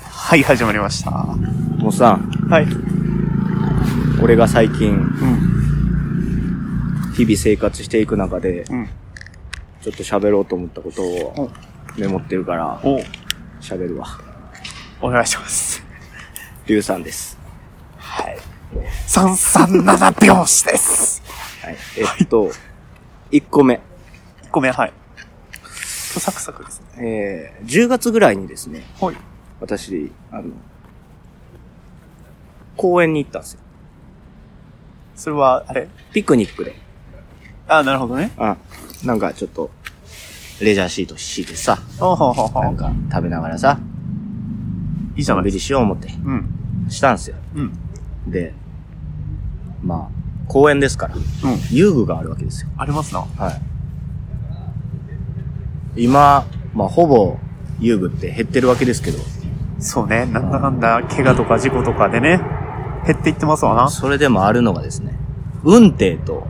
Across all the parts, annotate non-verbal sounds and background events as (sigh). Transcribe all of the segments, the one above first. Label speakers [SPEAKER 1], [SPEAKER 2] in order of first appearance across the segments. [SPEAKER 1] はい、始まりました。は
[SPEAKER 2] もうさ、
[SPEAKER 1] い。
[SPEAKER 2] 俺が最近、
[SPEAKER 1] うん。
[SPEAKER 2] 日々生活していく中で、
[SPEAKER 1] うん。
[SPEAKER 2] ちょっと喋ろうと思ったこと
[SPEAKER 1] お
[SPEAKER 2] をメモってるから、
[SPEAKER 1] お、
[SPEAKER 2] 喋るわ。
[SPEAKER 1] お願いします。
[SPEAKER 2] リュウさんです。
[SPEAKER 1] はい。337拍子です。
[SPEAKER 2] はい。えっと、1個目。
[SPEAKER 1] 1個目、はい。サクサクですね。
[SPEAKER 2] えー、10月ぐらいにですね、
[SPEAKER 1] はい。
[SPEAKER 2] 私、あの、公園に行ったんですよ。
[SPEAKER 1] それは、あれ
[SPEAKER 2] ピクニックで。
[SPEAKER 1] あ、なるほどね。
[SPEAKER 2] あ、なんかちょっと、レジャーシート敷いてさ、
[SPEAKER 1] おほほ
[SPEAKER 2] な
[SPEAKER 1] ほ
[SPEAKER 2] ん。か食べながらさ、
[SPEAKER 1] いいじゃない
[SPEAKER 2] 無理しよう思って、
[SPEAKER 1] うん。
[SPEAKER 2] したんですよ。
[SPEAKER 1] うん。うん。
[SPEAKER 2] で、まあ、公園ですから、遊具があるわけですよ。
[SPEAKER 1] ありますな。
[SPEAKER 2] はい。今、まあ、ほぼ遊具って減ってるわけですけど、
[SPEAKER 1] そうね。なんだかんだ、怪我とか事故とかでね、減っていってますわな。
[SPEAKER 2] それでもあるのがですね、運転と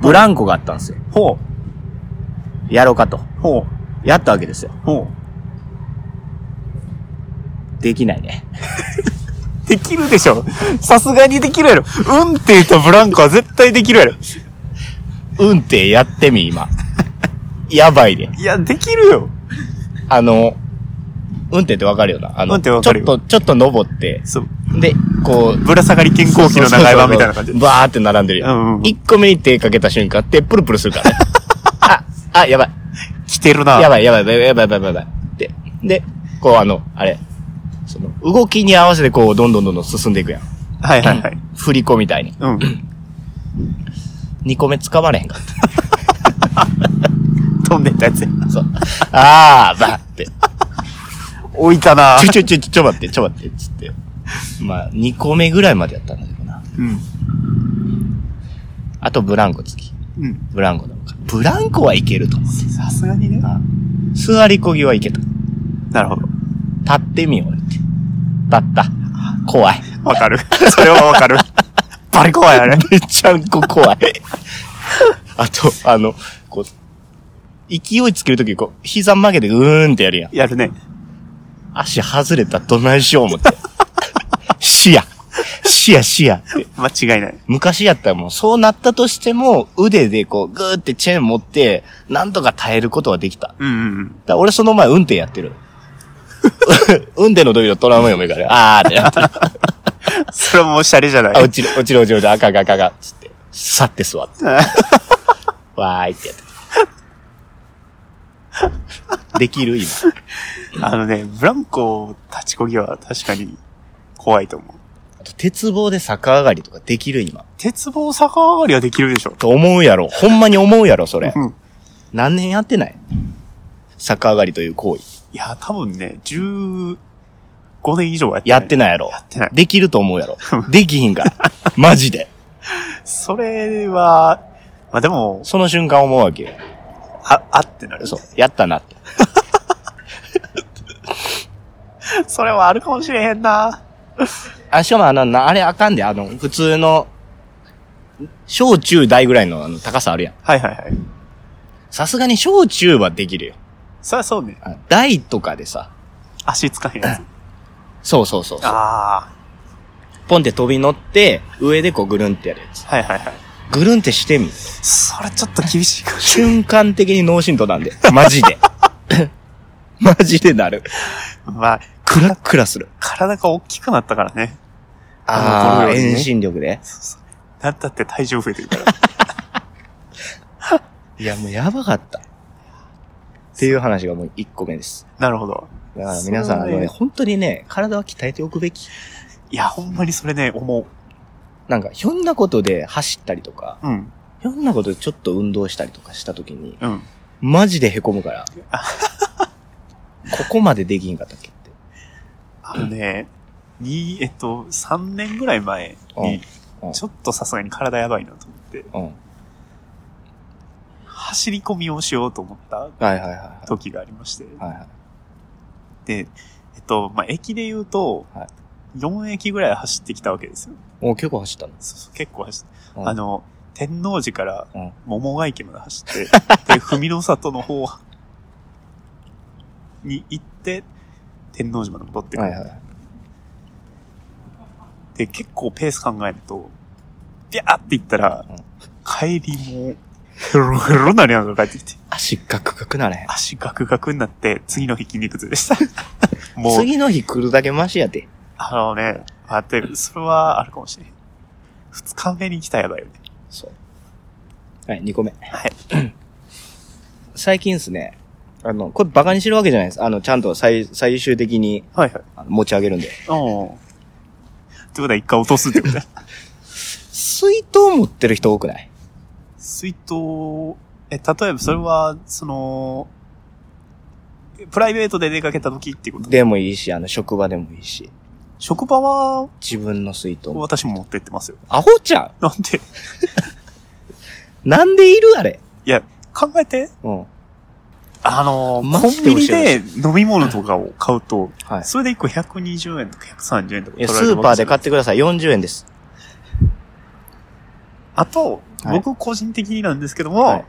[SPEAKER 2] ブランコがあったんですよ。
[SPEAKER 1] ほ
[SPEAKER 2] やろうかと。
[SPEAKER 1] う。ほ
[SPEAKER 2] やったわけですよ。
[SPEAKER 1] う。ほ
[SPEAKER 2] できないね。
[SPEAKER 1] う。できるでしょ。さすがにできるやろ。運転とブランコは絶対できるやろ。
[SPEAKER 2] 運転やってみ、今。 (laughs) やばいね。
[SPEAKER 1] いや、できるよ。
[SPEAKER 2] あの、運転ってわかるよな。あの、
[SPEAKER 1] 運転わ
[SPEAKER 2] ちょ
[SPEAKER 1] かる
[SPEAKER 2] っ
[SPEAKER 1] よ
[SPEAKER 2] と、ちょっと登って、
[SPEAKER 1] そう。
[SPEAKER 2] で、こう、
[SPEAKER 1] ぶら下がり健康器の長い版みたいな感じ
[SPEAKER 2] そうそうそうそう。バーって並んでる
[SPEAKER 1] うんうんう
[SPEAKER 2] よ
[SPEAKER 1] ん。
[SPEAKER 2] 一個目に手かけた瞬間、手プルプルするか
[SPEAKER 1] (laughs)
[SPEAKER 2] らね。あ、あ、やばい。
[SPEAKER 1] 来てるな。
[SPEAKER 2] やばいやばいやばいやばいやばいやばい。で、で、こうあの、あれ、その、動きに合わせてこう、どんどんどんどん進んでいくやん。
[SPEAKER 1] はいはいはい。
[SPEAKER 2] 振り子みたいに。
[SPEAKER 1] うん。
[SPEAKER 2] 二個目掴まれへんかっ
[SPEAKER 1] 飛んでったやつ。
[SPEAKER 2] た。そう。あー、ばって。
[SPEAKER 1] 置いたな
[SPEAKER 2] ちょちょちょちょ、ちょ待って、ちょ待って、つって。まあ、二個目ぐらいまでやったんだけどな。
[SPEAKER 1] うん。
[SPEAKER 2] あと、ブランコ付き。
[SPEAKER 1] うん。
[SPEAKER 2] ブランコなのか。ブランコはいけると思う。
[SPEAKER 1] さすがにね。
[SPEAKER 2] あ座りこぎはいけた。
[SPEAKER 1] なるほど。
[SPEAKER 2] 立ってみようって。立った。怖い。
[SPEAKER 1] わかる。 (laughs) それはわかる。バリ怖いあれ。
[SPEAKER 2] めちゃんこ怖い。あと、あの、こう、勢いつけるとき、こう、膝曲げてうーんってやるやん。
[SPEAKER 1] やるね。
[SPEAKER 2] 足外れたらどないしよう思って。視野。視野視野って。
[SPEAKER 1] 間違いない。
[SPEAKER 2] 昔やったらもう、そうなったとしても、腕でこう、ぐーってチェーン持って、なんとか耐えることはできた。
[SPEAKER 1] うんうんうん。
[SPEAKER 2] だから俺その前運転やってる。 (laughs) 運転の時のトラウマ読めから、あーってなってる。
[SPEAKER 1] それはもうシャレじゃな
[SPEAKER 2] あ、
[SPEAKER 1] い。
[SPEAKER 2] 落ちる、落ちる、落ちる、落ちる、赤が赤が、つって、さって
[SPEAKER 1] (laughs)
[SPEAKER 2] 座って。わーいってやって。できる今。
[SPEAKER 1] あのね、ブランコ立ちこぎは確かに怖いと思う。
[SPEAKER 2] あと、鉄棒で逆上がりとかできる今。
[SPEAKER 1] 鉄棒逆上がりはできるでしょ。
[SPEAKER 2] と思うやろ。ほんまに思うやろ、それ
[SPEAKER 1] う。ん。
[SPEAKER 2] 何年やってない逆上がりという行為。
[SPEAKER 1] いや、多分ね、15年以上は
[SPEAKER 2] やって
[SPEAKER 1] ない。
[SPEAKER 2] ないやろ。
[SPEAKER 1] やってない
[SPEAKER 2] できると思うやろ。できひ
[SPEAKER 1] (laughs)
[SPEAKER 2] んから。マジで。
[SPEAKER 1] それは、まあでも、
[SPEAKER 2] その瞬間思うわけよ。
[SPEAKER 1] あ、あってなる。
[SPEAKER 2] そう。やったなって。
[SPEAKER 1] それはあるかもしれへんな。
[SPEAKER 2] あ、しかもあの、なあれあかんで、あの、普通の、小中大ぐらいのあの高さあるやん。
[SPEAKER 1] はいはいはい。
[SPEAKER 2] さすがに小中はできるよ。
[SPEAKER 1] そりゃそうね。
[SPEAKER 2] あ大とかでさ、
[SPEAKER 1] 足つかへんやつ。
[SPEAKER 2] そうそうそうそう。
[SPEAKER 1] あ
[SPEAKER 2] ポンって飛び乗って、上でこうぐるんってやるやつ
[SPEAKER 1] あ。。はいはいはい。
[SPEAKER 2] ぐるんってしてみ。
[SPEAKER 1] それちょっと厳しいかもし
[SPEAKER 2] 瞬間的に脳震盪なんで。マジ (laughs) で。マジでなる。
[SPEAKER 1] れん。 (laughs) まあ、
[SPEAKER 2] クラクラする。
[SPEAKER 1] 体が大きくなったからね。
[SPEAKER 2] あ
[SPEAKER 1] あー
[SPEAKER 2] あ、遠心力で。
[SPEAKER 1] なんだって体重増えてる (laughs) から。
[SPEAKER 2] いや、もうやばかった。っていう話がもう1個目です。
[SPEAKER 1] なるほど。
[SPEAKER 2] だから皆さん、
[SPEAKER 1] そう
[SPEAKER 2] あ
[SPEAKER 1] ね
[SPEAKER 2] のね、本当にね、体は鍛えておくべき。
[SPEAKER 1] いや、ほんまにそれね、思
[SPEAKER 2] なんか、ひょんなことで走ったりとか、
[SPEAKER 1] う。うん。
[SPEAKER 2] ひょんなことでちょっと運動したりとかしたときに、
[SPEAKER 1] うん。
[SPEAKER 2] マジで凹
[SPEAKER 1] (laughs)
[SPEAKER 2] むから。ここまでできんかったっけって。
[SPEAKER 1] あのね、に、えっと、3年ぐらい前に
[SPEAKER 2] うんうん、
[SPEAKER 1] ちょっとさすがに体やばいなと思って、
[SPEAKER 2] うん。
[SPEAKER 1] 走り込みをしようと思った
[SPEAKER 2] はいはいはいは
[SPEAKER 1] 時がありまして。
[SPEAKER 2] い。はいはい
[SPEAKER 1] で、えっと、まあ、駅で言うと
[SPEAKER 2] はい、
[SPEAKER 1] 4駅ぐらい走ってきたわけですよ。
[SPEAKER 2] もう結構走ったの。
[SPEAKER 1] そうそう結構走って、
[SPEAKER 2] うん
[SPEAKER 1] あ、の、天王寺から
[SPEAKER 2] うん
[SPEAKER 1] 桃ヶ池まで走って、 (laughs) で、文の里の方に行って、天王寺まで戻ってくる。
[SPEAKER 2] はいはい。
[SPEAKER 1] で、結構ペース考えると、ビャーって行ったら、
[SPEAKER 2] うん
[SPEAKER 1] 帰りも、ヘロヘロになりながら帰ってきて、
[SPEAKER 2] 足ガクガクなれへん。
[SPEAKER 1] 足ガクガクになって、次の日筋肉痛で
[SPEAKER 2] (laughs)
[SPEAKER 1] した。もう、
[SPEAKER 2] 次の日来るだけマシやて。
[SPEAKER 1] あのね、あって、それはあるかもしれん。二日目に来たやだよね。
[SPEAKER 2] そう。はい、2個目。
[SPEAKER 1] はい。
[SPEAKER 2] (clears throat) 最近ですね、あの、これバカにしてるわけじゃないです。あの、ちゃんと最、最終的に
[SPEAKER 1] はいはい。
[SPEAKER 2] あの持ち上げるんで。
[SPEAKER 1] おお。ってことは一回落とすってことだ。
[SPEAKER 2] 水筒持ってる人多くない
[SPEAKER 1] (laughs) 水筒、え、例えばそれは、その、プライベートで出かけた時ってこと
[SPEAKER 2] でもいいし、あの、職場でもいいし。
[SPEAKER 1] 職場は、
[SPEAKER 2] 自分の水筒。
[SPEAKER 1] 私も持ってってますよ。
[SPEAKER 2] アホちゃ
[SPEAKER 1] なんで、
[SPEAKER 2] んなんでいるあれ。
[SPEAKER 1] いや、考えて。
[SPEAKER 2] うん。は
[SPEAKER 1] あのー、
[SPEAKER 2] マ
[SPEAKER 1] コ
[SPEAKER 2] ジで
[SPEAKER 1] ンビニ
[SPEAKER 2] 教え
[SPEAKER 1] で飲み物とかを買うと、
[SPEAKER 2] い。
[SPEAKER 1] それで一個120円とか130円とか
[SPEAKER 2] いや、スーパーで買
[SPEAKER 1] っ
[SPEAKER 2] ってください。40円です。
[SPEAKER 1] あと、
[SPEAKER 2] はい
[SPEAKER 1] 僕個人的になんですけども、
[SPEAKER 2] はい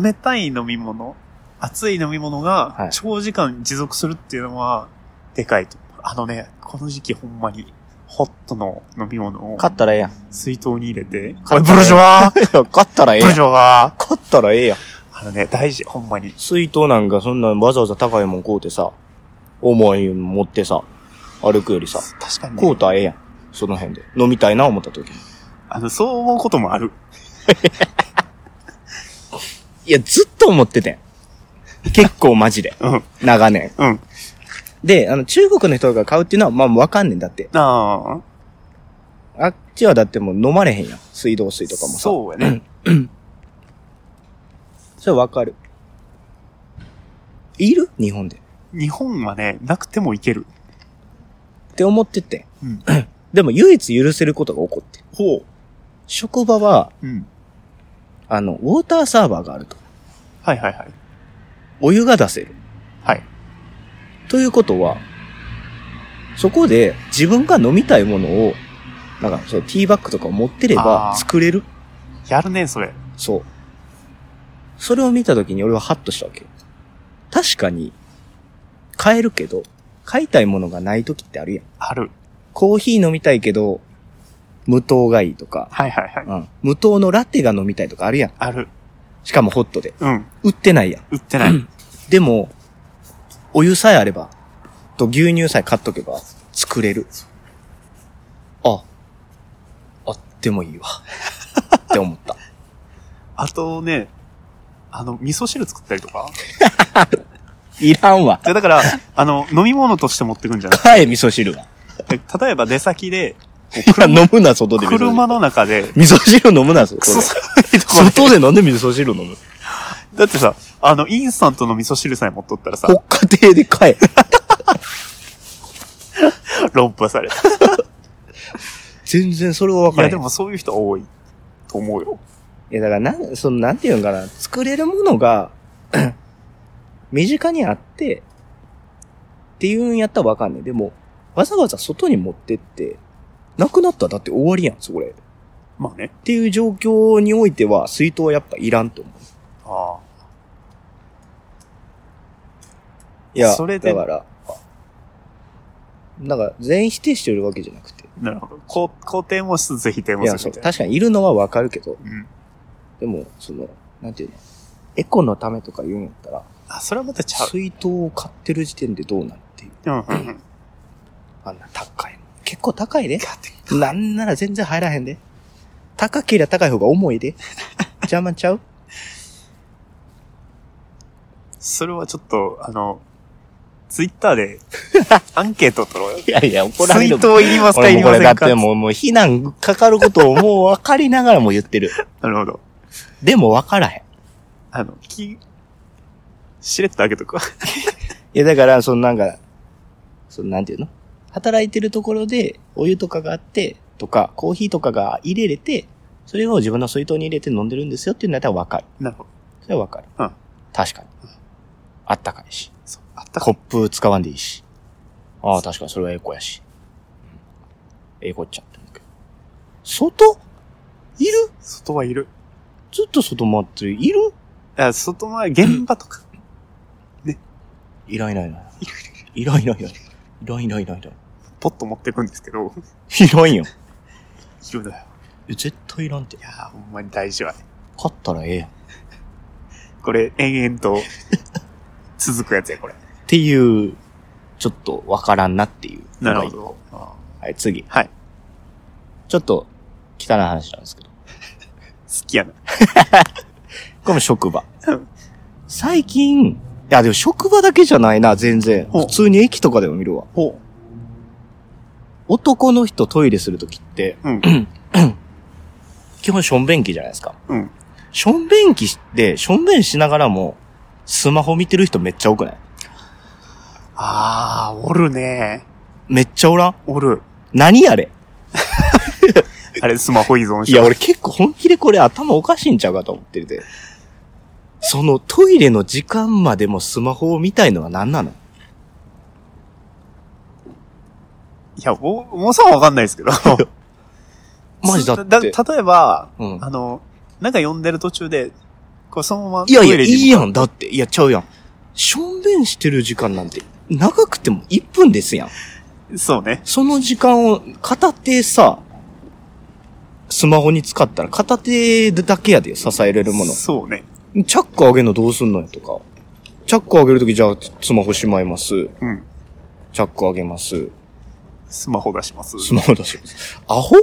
[SPEAKER 1] 冷たい飲み物、熱い飲み物
[SPEAKER 2] は
[SPEAKER 1] が
[SPEAKER 2] い
[SPEAKER 1] 長時間持続するっていうのは、でかいと。あのね、この時期ほんまに、ホットの飲み物を
[SPEAKER 2] 買ったらええやん。
[SPEAKER 1] 水筒に入れて、
[SPEAKER 2] 買
[SPEAKER 1] おい
[SPEAKER 2] っ
[SPEAKER 1] ブ
[SPEAKER 2] たね
[SPEAKER 1] ルジョワー
[SPEAKER 2] (laughs) (laughs) 買ったらええ
[SPEAKER 1] ブ
[SPEAKER 2] やん
[SPEAKER 1] ル。ジョワ
[SPEAKER 2] 買ったらええやん。
[SPEAKER 1] ーあのね、大事、ほんまに。
[SPEAKER 2] 水筒なんかそんなわざわざ高いもん買うてさ、重いもん持ってさ、歩くよりさ、
[SPEAKER 1] 確かに
[SPEAKER 2] 買う
[SPEAKER 1] ね、
[SPEAKER 2] たらええやん。その辺で。飲みたいな思った時に。
[SPEAKER 1] あの、そう思うこともある。
[SPEAKER 2] いや、ずっと思っててん。結構マジ (laughs) で。
[SPEAKER 1] うん、
[SPEAKER 2] 長年。
[SPEAKER 1] うん。
[SPEAKER 2] で、あの、中国の人が買うっていうのは、まあ、わかんねんだって。
[SPEAKER 1] ああ、
[SPEAKER 2] あっちはだってもう飲まれへんやん。水道水とかもさ。
[SPEAKER 1] そうやね。
[SPEAKER 2] それわかる。いる日本で。
[SPEAKER 1] 日本はね、なくてもいける。
[SPEAKER 2] って思ってて。
[SPEAKER 1] うん。
[SPEAKER 2] (clears throat) でも唯一許せることが起こって。
[SPEAKER 1] ほう。
[SPEAKER 2] 職場は、
[SPEAKER 1] うん。
[SPEAKER 2] あの、ウォーターサーバーがあると。
[SPEAKER 1] はいはいはい。
[SPEAKER 2] お湯が出せる。
[SPEAKER 1] はい。
[SPEAKER 2] ということは、そこで自分が飲みたいものを、なんか、そう、ティーバッグとかを持ってれば
[SPEAKER 1] あー
[SPEAKER 2] 作れる。
[SPEAKER 1] やるね、それ。
[SPEAKER 2] そう。それを見たときに俺はハッとしたわけよ。確かに、買えるけど、買いたいものがないときってあるやん。
[SPEAKER 1] ある。
[SPEAKER 2] コーヒー飲みたいけど、無糖がいいとか、
[SPEAKER 1] はいはいはい。
[SPEAKER 2] うん、無糖のラテが飲みたいとかあるやん。
[SPEAKER 1] ある。
[SPEAKER 2] しかもホットで。
[SPEAKER 1] うん。
[SPEAKER 2] 売ってないやん。
[SPEAKER 1] 売ってない。
[SPEAKER 2] でも、お湯さえあれば、と牛乳さえ買っとけば、作れる。あ、あってもいいわ。って思った。
[SPEAKER 1] あとね、あの、味噌汁作ったりとか。
[SPEAKER 2] いらんわ。
[SPEAKER 1] じゃ、だから、あの、飲み物として持ってくんじゃな
[SPEAKER 2] 買え、味噌汁は。
[SPEAKER 1] くて、例えば出先で、こう
[SPEAKER 2] いや、
[SPEAKER 1] 車
[SPEAKER 2] (laughs) 飲むな、外で味噌汁。
[SPEAKER 1] 車の中で、
[SPEAKER 2] 味噌汁飲むな、それ
[SPEAKER 1] クソ寒いところで
[SPEAKER 2] 外でなんで味噌汁 (laughs) 飲む
[SPEAKER 1] だってさ、あの、インスタントの味噌汁さえ持っとったらさ、
[SPEAKER 2] 国家庭で買え。
[SPEAKER 1] 論破された。い
[SPEAKER 2] 全然それは分か
[SPEAKER 1] や、
[SPEAKER 2] らへ
[SPEAKER 1] で
[SPEAKER 2] ん。い
[SPEAKER 1] もそういう人多いと思うよ。
[SPEAKER 2] や、だから、なん、その、なんていうんかな、作れるものが、 (clears throat) 身近にあって、っていうんやったらわかんない。でも、わざわざ外に持ってって、なくなったらだって終わりやん、それ。っ
[SPEAKER 1] まあね。
[SPEAKER 2] ていう状況においては、水筒はやっぱいらんと思う。
[SPEAKER 1] ああ。
[SPEAKER 2] いや、
[SPEAKER 1] それで
[SPEAKER 2] だから、なんか、全員否定してるわけじゃなくて。
[SPEAKER 1] なるほど。こう、肯定もしつつ否定
[SPEAKER 2] い
[SPEAKER 1] もす
[SPEAKER 2] や、そ
[SPEAKER 1] る
[SPEAKER 2] う、
[SPEAKER 1] みたいな。
[SPEAKER 2] 確かにいるのはわかるけど、
[SPEAKER 1] うん。
[SPEAKER 2] でも、その、なんていうの、エコのためとか言うんやったら、
[SPEAKER 1] あ、それはまたちゃう。
[SPEAKER 2] 水筒を買ってる時点でどうなるっていう。
[SPEAKER 1] うんうんうん。
[SPEAKER 2] あんな高いの。結構高いで。なんなら全然入らへんで。高けりゃ高い方が重いで。 (laughs) 邪魔ちゃう
[SPEAKER 1] それはちょっと、あの、ツイッターで、アンケート取ろうよ。
[SPEAKER 2] いやいや、怒
[SPEAKER 1] 水筒いりますかいり
[SPEAKER 2] 俺もこ
[SPEAKER 1] ま
[SPEAKER 2] れ
[SPEAKER 1] せ
[SPEAKER 2] だ
[SPEAKER 1] ん
[SPEAKER 2] っ
[SPEAKER 1] か
[SPEAKER 2] てもう、もう避難かかることをもう分かりながらも言ってる。
[SPEAKER 1] なるほど。
[SPEAKER 2] でも分からへん。
[SPEAKER 1] あの、き、しれっと開けとくわ。
[SPEAKER 2] いや、だから、そのなんか、そのなんていうの働いてるところで、お湯とかがあって、とか、コーヒーとかが入れれて、それを自分の水筒に入れて飲んでるんですよっていうのだったら分かる。
[SPEAKER 1] なるほど。
[SPEAKER 2] それは分かる。
[SPEAKER 1] うん
[SPEAKER 2] 確かに。あったかいし。
[SPEAKER 1] そう。あったか
[SPEAKER 2] コップ使わんでいいし。ああ、確かにそれはええ子やし。ええ子っちゃって思うけど。外いる
[SPEAKER 1] 外はいる。
[SPEAKER 2] ずっと外回ってる。いる
[SPEAKER 1] あ、外は現場とか。
[SPEAKER 2] いらんいないない。いらんいらんいらん。いらんいらんいらんいらん。
[SPEAKER 1] ポッと持ってくんですけど、 (laughs)
[SPEAKER 2] いらんよ。
[SPEAKER 1] いるのよ。
[SPEAKER 2] え絶対いらんって
[SPEAKER 1] い。やー、ほんまに大事はね。
[SPEAKER 2] 買ったらええやん。っ
[SPEAKER 1] これ、延々
[SPEAKER 2] (laughs)
[SPEAKER 1] と、続くやつや、これ。
[SPEAKER 2] ていう、ちょっとわからんなっていう。はい。
[SPEAKER 1] ど。あ
[SPEAKER 2] はい、次。
[SPEAKER 1] はい。
[SPEAKER 2] ちょっと、汚い話なんですけど。
[SPEAKER 1] ー好きやな。
[SPEAKER 2] これも職場
[SPEAKER 1] うん。
[SPEAKER 2] 最近、いや、でも職場だけじゃないな、全然。
[SPEAKER 1] ほう
[SPEAKER 2] 普通に駅とかでも見るわ。
[SPEAKER 1] ほ
[SPEAKER 2] 男の人トイレするときって、
[SPEAKER 1] う。うん。
[SPEAKER 2] 基本しょんべん機じゃないですか。
[SPEAKER 1] うん。
[SPEAKER 2] しょんべん機で、しょんべんしながらも、スマホ見てる人めっちゃ多くない
[SPEAKER 1] あー、おるね。
[SPEAKER 2] めっちゃおらん
[SPEAKER 1] おる。
[SPEAKER 2] 何あれ
[SPEAKER 1] あれ、スマホ依存症。
[SPEAKER 2] いや、俺結構本気でこれ頭おかしいんちゃうかと思ってて。そのトイレの時間までもスマホを見たいのは何なの
[SPEAKER 1] いや、もう、もうさんわかんないですけど。
[SPEAKER 2] (laughs) マジだって。
[SPEAKER 1] 例えば、
[SPEAKER 2] うん
[SPEAKER 1] あの、なんか読んでる途中で、こう、そのまま
[SPEAKER 2] いやい
[SPEAKER 1] トイ
[SPEAKER 2] や、
[SPEAKER 1] レ
[SPEAKER 2] い
[SPEAKER 1] に
[SPEAKER 2] いやん、だって。いや、ちゃうやん。しょんべんしてる時間なんて、長くても1分ですやん。
[SPEAKER 1] そうね。
[SPEAKER 2] その時間を、片手さ、スマホに使ったら片手だけやで支えれるもの。
[SPEAKER 1] そうね。
[SPEAKER 2] チャック上げるのどうすんのよとか。チャック上げるとき、じゃあ、スマホしまいます。
[SPEAKER 1] うん。
[SPEAKER 2] チャック上げます。
[SPEAKER 1] スマホ出します。
[SPEAKER 2] スマホ出します。アホ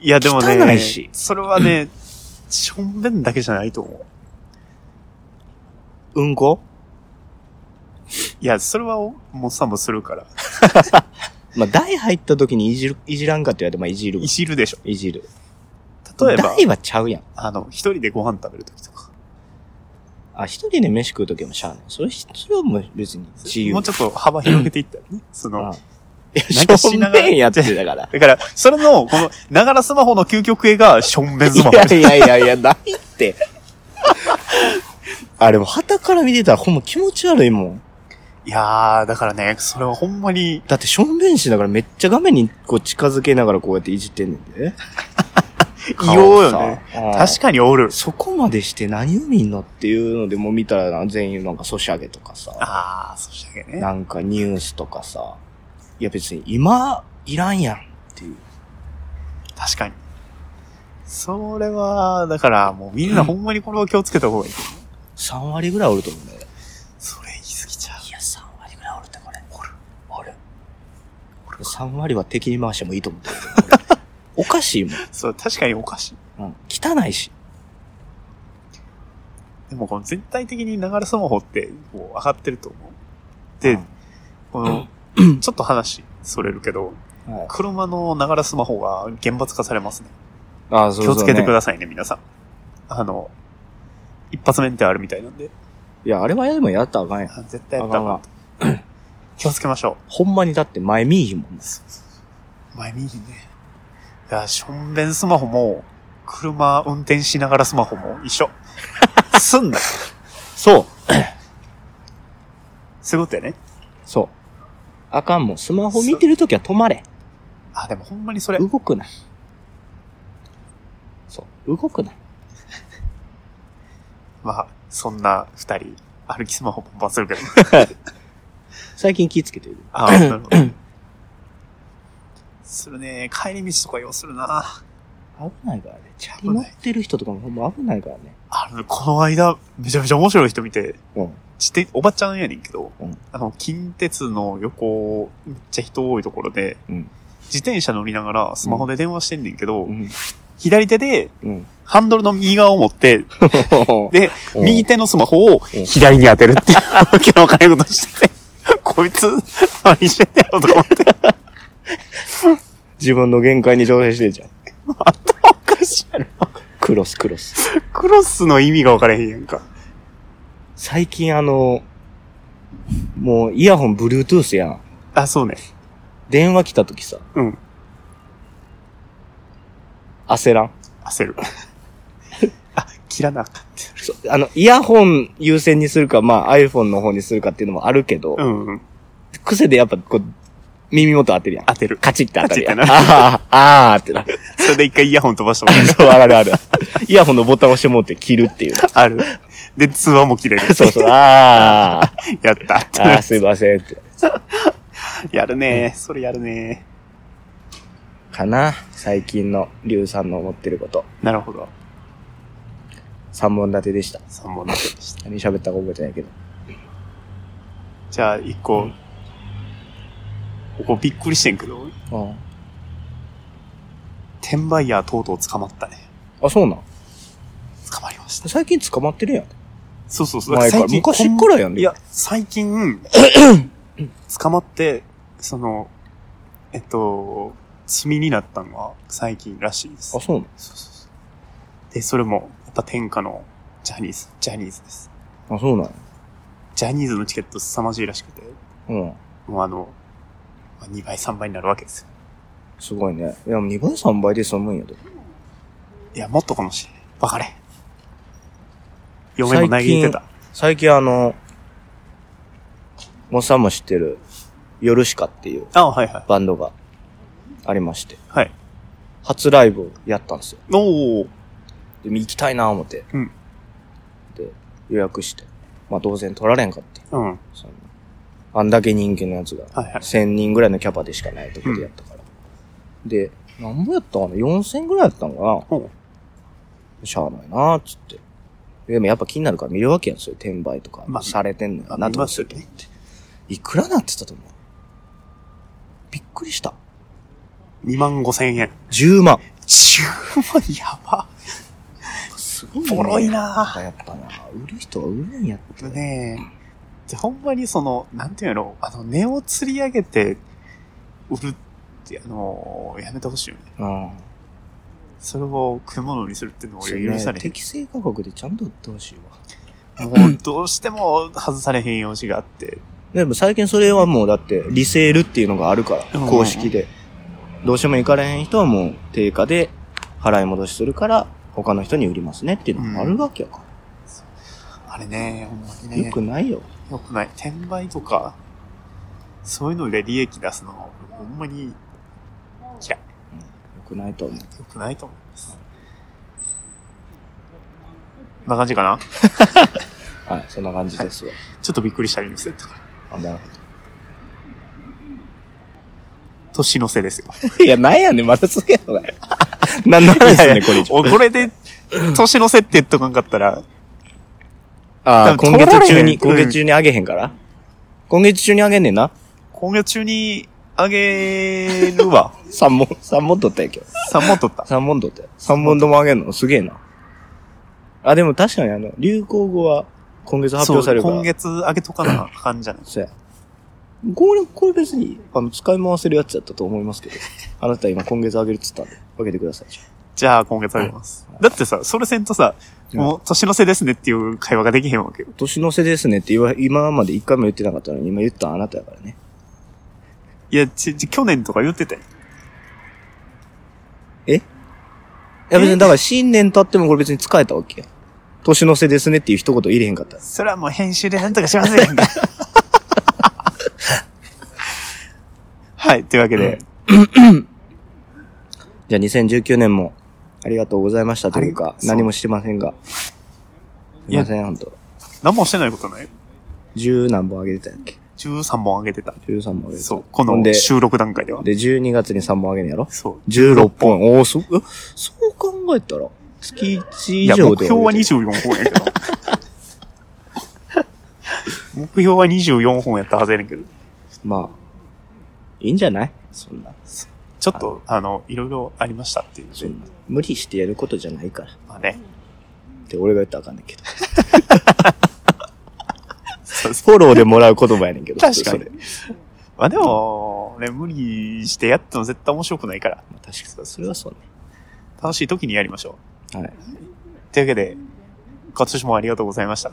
[SPEAKER 1] いや、でもね、
[SPEAKER 2] 汚いし
[SPEAKER 1] それはね、しょんべんだけじゃないと思う。
[SPEAKER 2] うんこ
[SPEAKER 1] いや、それは、もうさんもするから。
[SPEAKER 2] まあ、台入った時にいじる、いじらんかって言われて、まあ、いじるわ
[SPEAKER 1] い。じるでしょ。
[SPEAKER 2] いじる。
[SPEAKER 1] 例えば、
[SPEAKER 2] 台はちゃうやん。
[SPEAKER 1] あの、一人でご飯食べるときとか。
[SPEAKER 2] あ、一人で飯食うときもしゃあない。それ、それはもう別に自由。
[SPEAKER 1] もうちょっと幅広げていったらね。その、
[SPEAKER 2] あいや、
[SPEAKER 1] なんか
[SPEAKER 2] しょ
[SPEAKER 1] し
[SPEAKER 2] ん
[SPEAKER 1] ながら
[SPEAKER 2] べんやってたから。 (laughs)
[SPEAKER 1] だから、それの、この、ながらスマホの究極絵が、しょんべんスマ
[SPEAKER 2] い
[SPEAKER 1] ホ。
[SPEAKER 2] やいやいやいや、ないって。 (laughs) あれも、旗から見てたらほんま気持ち悪いもん。
[SPEAKER 1] いやー、だからね、それはほんまに、
[SPEAKER 2] だって、しょんべんしながらめっちゃ画面にこう近づけながらこうやっていじってんねん (laughs) で。
[SPEAKER 1] 異様よね。。確
[SPEAKER 2] か
[SPEAKER 1] かにおる。
[SPEAKER 2] そこまでして何を見んのっていうのでもう見たらな全員なんかソシャゲとかさ、
[SPEAKER 1] ああ、そしたらね。
[SPEAKER 2] なんかニュースとかさ、いや別に今いらんやんっていう。
[SPEAKER 1] 確かに。それは、だから、もうみんなほんまにこれは気をつけた方がいい。
[SPEAKER 2] 3割ぐらいおると思うんだよ。
[SPEAKER 1] それ言い過ぎちゃう。
[SPEAKER 2] いや、3割ぐらいおるってこれ。おる。おる。3割は敵に回してもいい (laughs) と思ってる。俺おかしいもん。
[SPEAKER 1] そう、確かにおかしい。
[SPEAKER 2] うん。汚いし。
[SPEAKER 1] でも、この全体的に流れスマホって、こう、上がってると思う。
[SPEAKER 2] う
[SPEAKER 1] で
[SPEAKER 2] ん、
[SPEAKER 1] こ (clears throat) の、ちょっと話、それるけど、
[SPEAKER 2] はい、
[SPEAKER 1] 車のながらスマホが厳罰化されますね。
[SPEAKER 2] あそ
[SPEAKER 1] 気をつけてく
[SPEAKER 2] い。
[SPEAKER 1] ださいね、皆さん。あの、一発免停あるみたいなんで、
[SPEAKER 2] いや、あれはでもやったらあかんやん。
[SPEAKER 1] あ絶対や
[SPEAKER 2] あ
[SPEAKER 1] っ
[SPEAKER 2] か
[SPEAKER 1] た
[SPEAKER 2] ん
[SPEAKER 1] ら
[SPEAKER 2] わ。
[SPEAKER 1] 気をつけましょ
[SPEAKER 2] ほんまにだって前見いひんもんな。
[SPEAKER 1] う。前見にね。いや、しょんべんスマホも、車運転しながらスマホも一
[SPEAKER 2] (laughs)
[SPEAKER 1] 緒。すんだよ。
[SPEAKER 2] そう。
[SPEAKER 1] そういうことやね。
[SPEAKER 2] そう。あかんもん。スマホ見てるときは止まれ。
[SPEAKER 1] あ、でもほんまにそれ、
[SPEAKER 2] 動くな。そう。動くな。
[SPEAKER 1] まあ、そんな二人、歩きスマホバンバンするけど。
[SPEAKER 2] 最近気ぃつけてる。 (laughs)
[SPEAKER 1] ああ、なるほど。するね。帰り道とか要するな。
[SPEAKER 2] 危ないからね。チャリ
[SPEAKER 1] 危な
[SPEAKER 2] 乗
[SPEAKER 1] い
[SPEAKER 2] ってる人とかもほんま危ないからね。
[SPEAKER 1] あの、この間、めちゃめちゃ面白い人見て、
[SPEAKER 2] うん。
[SPEAKER 1] ちて、おばちゃんやねんけど、
[SPEAKER 2] うん
[SPEAKER 1] あの、近鉄の横、めっちゃ人多いところで、
[SPEAKER 2] うん
[SPEAKER 1] 自転車乗りながらスマホで電話してんねんけど、
[SPEAKER 2] うん。
[SPEAKER 1] 左手で
[SPEAKER 2] うん。
[SPEAKER 1] ハンドルの右側を持って、
[SPEAKER 2] (laughs)
[SPEAKER 1] で、
[SPEAKER 2] うん
[SPEAKER 1] 右手のスマホを
[SPEAKER 2] うん
[SPEAKER 1] 左に当てるっていう、わけのわからないことしてて、こいつ、何してんねやろとか思って、
[SPEAKER 2] 自分の限界に挑戦してるじゃん。
[SPEAKER 1] おかしいやろ。
[SPEAKER 2] クロスクロス。
[SPEAKER 1] クロスの意味がわからへんやんか。
[SPEAKER 2] 最近あの、もうイヤホン Bluetooth やん。
[SPEAKER 1] あ、そうね。
[SPEAKER 2] 電話来た時さ、
[SPEAKER 1] うん。
[SPEAKER 2] 焦らん。
[SPEAKER 1] 焦る。あ、切らなあかんって。
[SPEAKER 2] そあの、イヤホン優先にするか、まあ iPhone の方にするかっていうのもあるけど、
[SPEAKER 1] うんうん。
[SPEAKER 2] 癖でやっぱこう、耳元当てるやん。
[SPEAKER 1] 当てる。
[SPEAKER 2] カチッて当たるやん。
[SPEAKER 1] カ
[SPEAKER 2] あ
[SPEAKER 1] チ
[SPEAKER 2] あ、あーってなる。
[SPEAKER 1] それで一回イヤホン飛ばしたもんね。
[SPEAKER 2] そう、あるあるある。イヤホンのボタン押してもうて切るっていう。
[SPEAKER 1] ある。で、通話も切れる。
[SPEAKER 2] そうそう、ああ、
[SPEAKER 1] やったって
[SPEAKER 2] ああ、すいませんって。
[SPEAKER 1] やるねそれやるね
[SPEAKER 2] かな。最近のリュウさんの思ってること。
[SPEAKER 1] なるほど。
[SPEAKER 2] 三本立てでした。
[SPEAKER 1] 3本立てでした。
[SPEAKER 2] 何喋ったか覚えてないけど。
[SPEAKER 1] じゃあ、1個。ここびっくりしてんけど、
[SPEAKER 2] あ
[SPEAKER 1] 転売ヤーとうとう捕まったね。
[SPEAKER 2] あ、そうなん。
[SPEAKER 1] 捕まりました。
[SPEAKER 2] 最近捕まってるやん。
[SPEAKER 1] そうそうそう。
[SPEAKER 2] 前から。昔っからやん
[SPEAKER 1] い
[SPEAKER 2] ね。
[SPEAKER 1] や、最近、捕まって、その、えっと、罪になったのは最近らしいです。
[SPEAKER 2] あ、そうなん。
[SPEAKER 1] そうそうそうで、それも、やっぱ天下のジャニーズ、ジャニーズです。
[SPEAKER 2] あ、そうなんや。
[SPEAKER 1] ジャニーズのチケット凄まじいらしくて、
[SPEAKER 2] うん。
[SPEAKER 1] もうあの、まあ2倍、3倍になるわけですよ。
[SPEAKER 2] すごいね。いや、2倍3倍で済むんやで。
[SPEAKER 1] いや、もっとかもしれない。わかれ。嫁も嘆いてた。
[SPEAKER 2] 最近あの、もっさんも知ってる、ヨルシカっていう
[SPEAKER 1] あ、はいはい。
[SPEAKER 2] バンドがありまして、
[SPEAKER 1] はい。
[SPEAKER 2] 初ライブをやったんですよ。
[SPEAKER 1] おー。
[SPEAKER 2] で、行きたいな思って。
[SPEAKER 1] うん
[SPEAKER 2] で、予約して。まあ、当然取られんかって。
[SPEAKER 1] うん。はい
[SPEAKER 2] そのあんだけ人気のやつが、
[SPEAKER 1] はい。
[SPEAKER 2] 1000人ぐらいのキャパでしかないとこでやったから。で、なんぼやったかな ?4000 ぐらいやったのかな
[SPEAKER 1] ほう。
[SPEAKER 2] しゃあないなーっつって。でもやっぱ気になるから見るわけやん、そういう転売とか
[SPEAKER 1] まあ
[SPEAKER 2] されてんのかなと思
[SPEAKER 1] あ見ま
[SPEAKER 2] って。
[SPEAKER 1] すよね
[SPEAKER 2] いくらなってたと思うびっくりした。
[SPEAKER 1] 2万5千円。
[SPEAKER 2] 10万。
[SPEAKER 1] 10万やば。
[SPEAKER 2] すごい
[SPEAKER 1] ボロいな
[SPEAKER 2] やっぱな、売る人は売るんやって。
[SPEAKER 1] ねえ。でほんまにその、なんていうの、あの、値を釣り上げて売るって、あの、やめてほしいよね。
[SPEAKER 2] うん。
[SPEAKER 1] それを食い物にするっていうのは
[SPEAKER 2] そ
[SPEAKER 1] 俺
[SPEAKER 2] れ
[SPEAKER 1] は許
[SPEAKER 2] ね
[SPEAKER 1] されへん。
[SPEAKER 2] 適正価格でちゃんと売ってほしいわ。
[SPEAKER 1] もうどうしても外されへん用事があって。
[SPEAKER 2] でも最近それはもうだって、リセールっていうのがあるから
[SPEAKER 1] うん、
[SPEAKER 2] 公式で。どうしても行かれへん人はもう定価で払い戻しするから、他の人に売りますねっていうのもあるわけやか
[SPEAKER 1] あれね、ほんまに
[SPEAKER 2] ら。
[SPEAKER 1] ね。
[SPEAKER 2] よくないよ。
[SPEAKER 1] よくない。転売とか、そういうので利益出すのは、ほんまに嫌い。
[SPEAKER 2] よくないと思う。
[SPEAKER 1] よくないと思います。こんな感じかな
[SPEAKER 2] はい、そんな感
[SPEAKER 1] (laughs)
[SPEAKER 2] じですよ。
[SPEAKER 1] ちょっとびっくりしたニュースだったから。
[SPEAKER 2] あなる
[SPEAKER 1] 年の瀬です
[SPEAKER 2] (laughs)
[SPEAKER 1] よ。
[SPEAKER 2] ほど。いや、なんやねん、また続け
[SPEAKER 1] (laughs)
[SPEAKER 2] ろよ。何の話やねん、これ以上。
[SPEAKER 1] おこれで、年の瀬って言っとかんかったら、
[SPEAKER 2] ああ、
[SPEAKER 1] 多分
[SPEAKER 2] 今月中に、
[SPEAKER 1] 取
[SPEAKER 2] 今
[SPEAKER 1] られへん
[SPEAKER 2] 月中にあげへんから今月中にあげんねんな。
[SPEAKER 1] 今月中にあげるわ。
[SPEAKER 2] (laughs) 3問、三問取ったやけど。
[SPEAKER 1] 3本取った。
[SPEAKER 2] 3問取ったよ。3問ともあげんのすげえな。あ、でも確かにあの、流行語は今月発
[SPEAKER 1] そう、
[SPEAKER 2] 表されるから。
[SPEAKER 1] 今月あげとかなあかんじゃない。
[SPEAKER 2] そうや。これ、これ別に、あの、使い回せるやつやったと思いま
[SPEAKER 1] (laughs)
[SPEAKER 2] すけど。あなた今今月あげるっつったんで、あげてください。
[SPEAKER 1] じゃあ今月あげます。だってさ、それせんとさ、もう年の瀬ですねっていう会話ができへんわけよ。
[SPEAKER 2] 年の瀬ですねって言わ、今まで一回も言ってなかったのに、今言ったのあなたやからね。
[SPEAKER 1] いや、ち、ち去年とか言ってたよ。
[SPEAKER 2] いや別
[SPEAKER 1] え
[SPEAKER 2] に、だから新年経ってもこれ別に使えたわけや。年の瀬ですねっていう一言入れへんかった。
[SPEAKER 1] それはもう編集でなんとかしますよ、ね。はい、というわけで、
[SPEAKER 2] じゃあ2019年もありがとうございましたというか
[SPEAKER 1] あ、り
[SPEAKER 2] 何もしてませんが。す
[SPEAKER 1] い
[SPEAKER 2] い
[SPEAKER 1] や
[SPEAKER 2] ません、ほんと。
[SPEAKER 1] 何もしてないことない
[SPEAKER 2] 10何本あげてたんやっけ
[SPEAKER 1] 13本上げてた。
[SPEAKER 2] ?13 本あげてた。
[SPEAKER 1] そう、こ
[SPEAKER 2] ほんで
[SPEAKER 1] の、収録段階では。
[SPEAKER 2] で、12月に3本あげるんやろ
[SPEAKER 1] そう。
[SPEAKER 2] ?16 本。おお、そ、えそう考えたら、月1以
[SPEAKER 1] いや、目
[SPEAKER 2] 上で。
[SPEAKER 1] 標は。24本やけ
[SPEAKER 2] (laughs)
[SPEAKER 1] ど。目標は24本やったはずやねんけど。
[SPEAKER 2] まあ、いいんじゃないそんな。
[SPEAKER 1] ちょっと、あの、いろいろありましたっていう
[SPEAKER 2] そん
[SPEAKER 1] ね。
[SPEAKER 2] な。無理してやることじゃないから。
[SPEAKER 1] まあね。
[SPEAKER 2] って俺が言ったらあかんねんけど。
[SPEAKER 1] そうそう
[SPEAKER 2] フォローでもらう言葉やねんけど。
[SPEAKER 1] 確かに
[SPEAKER 2] それ。
[SPEAKER 1] まあでも、ね、無理してやっても絶対面白くないから、
[SPEAKER 2] まあ確かに。それはそう
[SPEAKER 1] 楽しい時にやりましょ
[SPEAKER 2] ね。はい。
[SPEAKER 1] う。というわけで、今年もありがとうございました。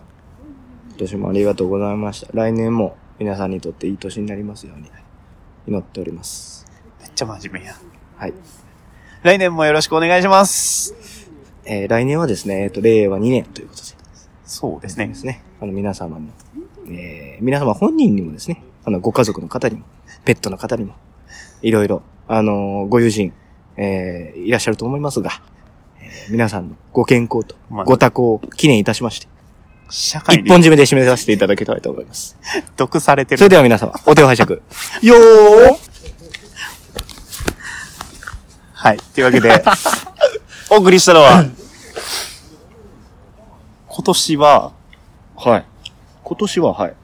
[SPEAKER 2] 今年もありがとうございました。来年も皆さんにとっていい年になりますように祈っております。
[SPEAKER 1] めっちゃ真面目や。
[SPEAKER 2] はい。
[SPEAKER 1] 来年もよろしくお願いします。
[SPEAKER 2] えー来年はですね、えっ、と、令和2年ということで
[SPEAKER 1] そうですね
[SPEAKER 2] で。すね、あの、皆様も、えー皆様本人にもですね、あの、ご家族の方にも、ペットの方にも、いろいろ、あのーご友人、えーいらっしゃると思いますが、えー皆さんのご健康と
[SPEAKER 1] まあ
[SPEAKER 2] ご多幸を記念いたしまして、
[SPEAKER 1] 社
[SPEAKER 2] 一
[SPEAKER 1] 会
[SPEAKER 2] 本
[SPEAKER 1] に
[SPEAKER 2] 締めで締めさせていただきたいと思い (laughs) ます。
[SPEAKER 1] 毒されて
[SPEAKER 2] それ
[SPEAKER 1] る。
[SPEAKER 2] では皆様、お手を拝借。よ
[SPEAKER 1] はい。というわけで、 (laughs) お送りしたのは、今年は、
[SPEAKER 2] ー (laughs) はい。今年は、はい。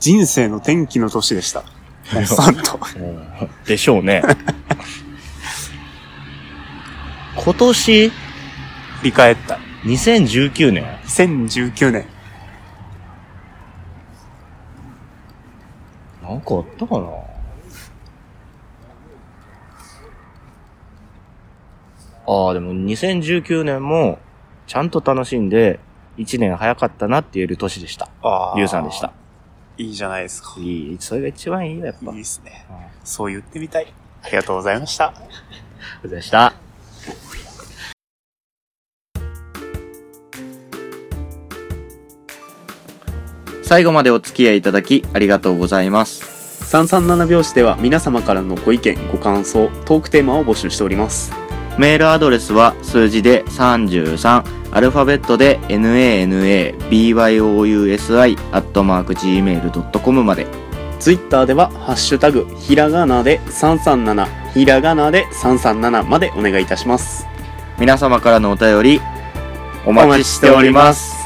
[SPEAKER 1] 人生の転機の年でした。さんと。
[SPEAKER 2] でしょうね。 (laughs) 今年、
[SPEAKER 1] 振り返った。
[SPEAKER 2] 2019年。
[SPEAKER 1] 2019年。
[SPEAKER 2] なんかあったかなああ、でも2019年も、ちゃんと楽しんで、1年早かったなって言える年でした。
[SPEAKER 1] あー
[SPEAKER 2] りゅうさんでした。。
[SPEAKER 1] いいじゃないですか。い
[SPEAKER 2] いい、それが一番いいよ、やっぱ。
[SPEAKER 1] いですね。そう言ってみたい。ありがとうございました。
[SPEAKER 2] うんでした。
[SPEAKER 3] 最後までお付き合いいただきありがとうございます。
[SPEAKER 4] 337拍子では皆様からのご意見、ご感想、トークテーマを募集しております。
[SPEAKER 3] メールアドレスは数字で33、アルファベットで nanabyousi.gmail.com まで。
[SPEAKER 4] ツイッターでは、ハッシュタグ、ひらがなで337、ひらがなで337までお願いいたします。
[SPEAKER 3] 皆様からのお便りお待ちしております。